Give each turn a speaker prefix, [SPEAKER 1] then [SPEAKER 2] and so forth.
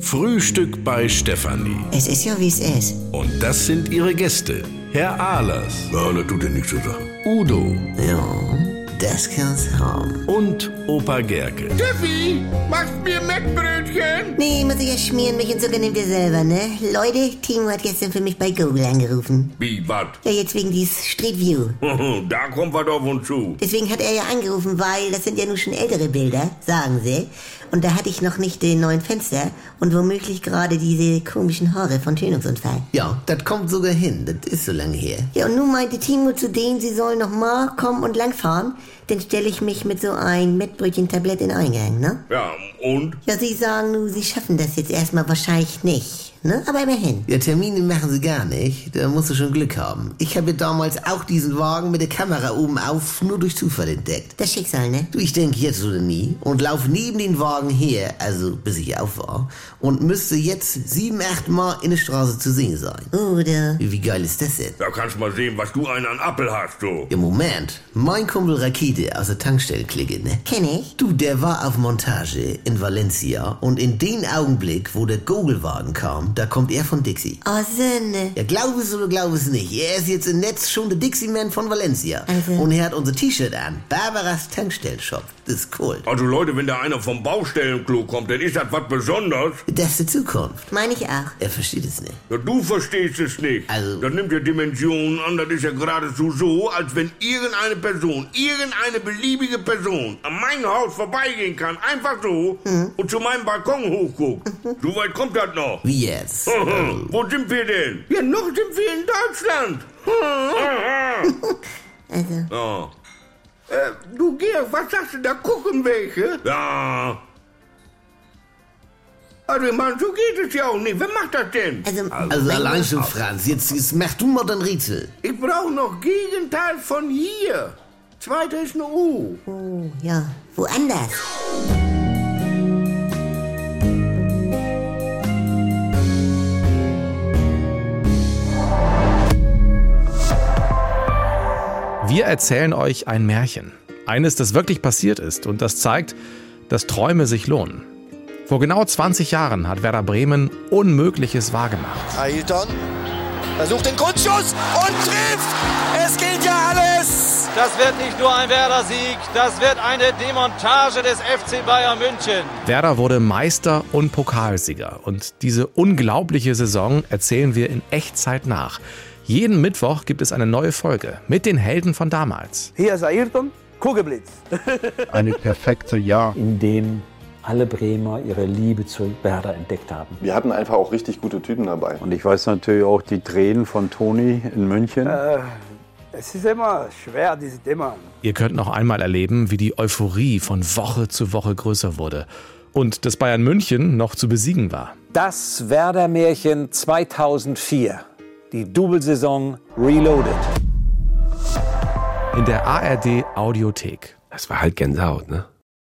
[SPEAKER 1] Frühstück bei Stefanie.
[SPEAKER 2] Es ist ja, wie es ist.
[SPEAKER 1] Und das sind ihre Gäste. Herr Ahlers,
[SPEAKER 3] Ja, das tut dir nichts zu sagen.
[SPEAKER 1] Udo
[SPEAKER 2] Ja, das kann's haben.
[SPEAKER 1] und Opa Gerke.
[SPEAKER 4] Tiffy, machst mir Mettbrötchen?
[SPEAKER 2] Nee, muss ich ja schmieren, mich und sogar nehmt ihr selber, ne? Leute, Timo hat gestern für mich bei Google angerufen.
[SPEAKER 3] Wie, wat?
[SPEAKER 2] Ja, jetzt wegen dieses Street View.
[SPEAKER 3] Da kommt was auf uns zu.
[SPEAKER 2] Deswegen hat er ja angerufen, weil das sind ja nun schon ältere Bilder, sagen sie. Und da hatte ich noch nicht den neuen Fenster und womöglich gerade diese komischen Haare von Tönungsunfall.
[SPEAKER 5] Ja, das kommt sogar hin. Das ist so lange her.
[SPEAKER 2] Ja, und nun meinte Timo zu denen, sie sollen noch mal kommen und langfahren. Dann stelle ich mich mit so einem Mettbrötchen-Tablett in den Eingang, ne?
[SPEAKER 3] Ja, und?
[SPEAKER 2] Ja, sie sagen nun, sie schaffen das jetzt erstmal wahrscheinlich nicht, ne? Aber immerhin.
[SPEAKER 5] Ja, Termine machen sie gar nicht. Da musst du schon Glück haben. Ich habe damals auch diesen Wagen mit der Kamera oben auf nur durch Zufall entdeckt.
[SPEAKER 2] Das Schicksal, ne?
[SPEAKER 5] Du, ich denke jetzt oder nie und lauf neben den Wagen her, also bis ich auf war, und müsste jetzt sieben, acht Mal in der Straße zu sehen sein.
[SPEAKER 2] Oder?
[SPEAKER 5] Wie geil ist das denn?
[SPEAKER 3] Da kannst du mal sehen, was du einen an Appel hast, du.
[SPEAKER 5] Im Moment, mein Kumpel Rakete aus der Tankstellenklicke, ne?
[SPEAKER 2] Kenn ich?
[SPEAKER 5] Du, der war auf Montage in Valencia und in dem Augenblick, wo der Gogelwagen kam, da kommt er von Dixie.
[SPEAKER 2] Oh, Sünde.
[SPEAKER 5] Ja, glaub es oder glaub es nicht. Er ist jetzt im Netz schon der Dixie-Man von Valencia.
[SPEAKER 2] Also.
[SPEAKER 5] Und er hat unser T-Shirt an. Barbaras Tankstellenshop. Das ist cool.
[SPEAKER 3] Also Leute, wenn da einer vom Baustellenklo kommt, dann ist das was Besonderes.
[SPEAKER 5] Das ist die Zukunft.
[SPEAKER 2] Meine ich auch.
[SPEAKER 5] Er versteht es nicht.
[SPEAKER 3] Ja, du verstehst es nicht.
[SPEAKER 5] Also-
[SPEAKER 3] Das nimmt ja Dimensionen an, das ist ja geradezu so, als wenn irgendeine Person, irgendeine beliebige Person an meinem Haus vorbeigehen kann, einfach so, und zu meinem Balkon hochguckt. so weit kommt das noch.
[SPEAKER 5] Wie jetzt?
[SPEAKER 3] Oh, Wo sind wir denn? Ja, noch sind wir in Deutschland.
[SPEAKER 2] Also,
[SPEAKER 3] Ja.
[SPEAKER 4] Äh, Du Georg, was sagst du, da gucken welche?
[SPEAKER 3] ja.
[SPEAKER 4] Also, Mann, so geht es ja auch nicht. Wer macht das denn?
[SPEAKER 2] also,
[SPEAKER 5] Also allein schon, Franz. Jetzt, jetzt mach du mal dein Rätsel.
[SPEAKER 4] Ich brauche noch Gegenteil von hier. Zweiter ist eine U.
[SPEAKER 2] oh, ja, woanders.
[SPEAKER 6] Wir erzählen euch ein Märchen. Eines, das wirklich passiert ist und das zeigt, dass Träume sich lohnen. Vor genau 20 Jahren hat Werder Bremen Unmögliches wahrgemacht.
[SPEAKER 7] Ailton versucht den Grundschuss und trifft. Es gilt ja alles.
[SPEAKER 8] Das wird nicht nur ein Werder-Sieg, das wird eine Demontage des FC Bayern München.
[SPEAKER 6] Werder wurde Meister und Pokalsieger. Und diese unglaubliche Saison erzählen wir in Echtzeit nach. Jeden Mittwoch gibt es eine neue Folge mit den Helden von damals.
[SPEAKER 9] Hier ist Ayrton, Kugelblitz.
[SPEAKER 10] eine perfekte Jahr.
[SPEAKER 11] in dem alle Bremer ihre Liebe zu Werder entdeckt haben.
[SPEAKER 7] Wir hatten einfach auch richtig gute Typen dabei.
[SPEAKER 10] Und ich weiß natürlich auch die Tränen von Toni in München.
[SPEAKER 9] Es ist immer schwer, dieses Thema.
[SPEAKER 6] Ihr könnt noch einmal erleben, wie die Euphorie von Woche zu Woche größer wurde und dass Bayern München noch zu besiegen war.
[SPEAKER 11] Das Werder-Märchen 2004. Die Doublesaison Reloaded.
[SPEAKER 6] In der ARD Audiothek.
[SPEAKER 4] Das war halt Gänsehaut, ne?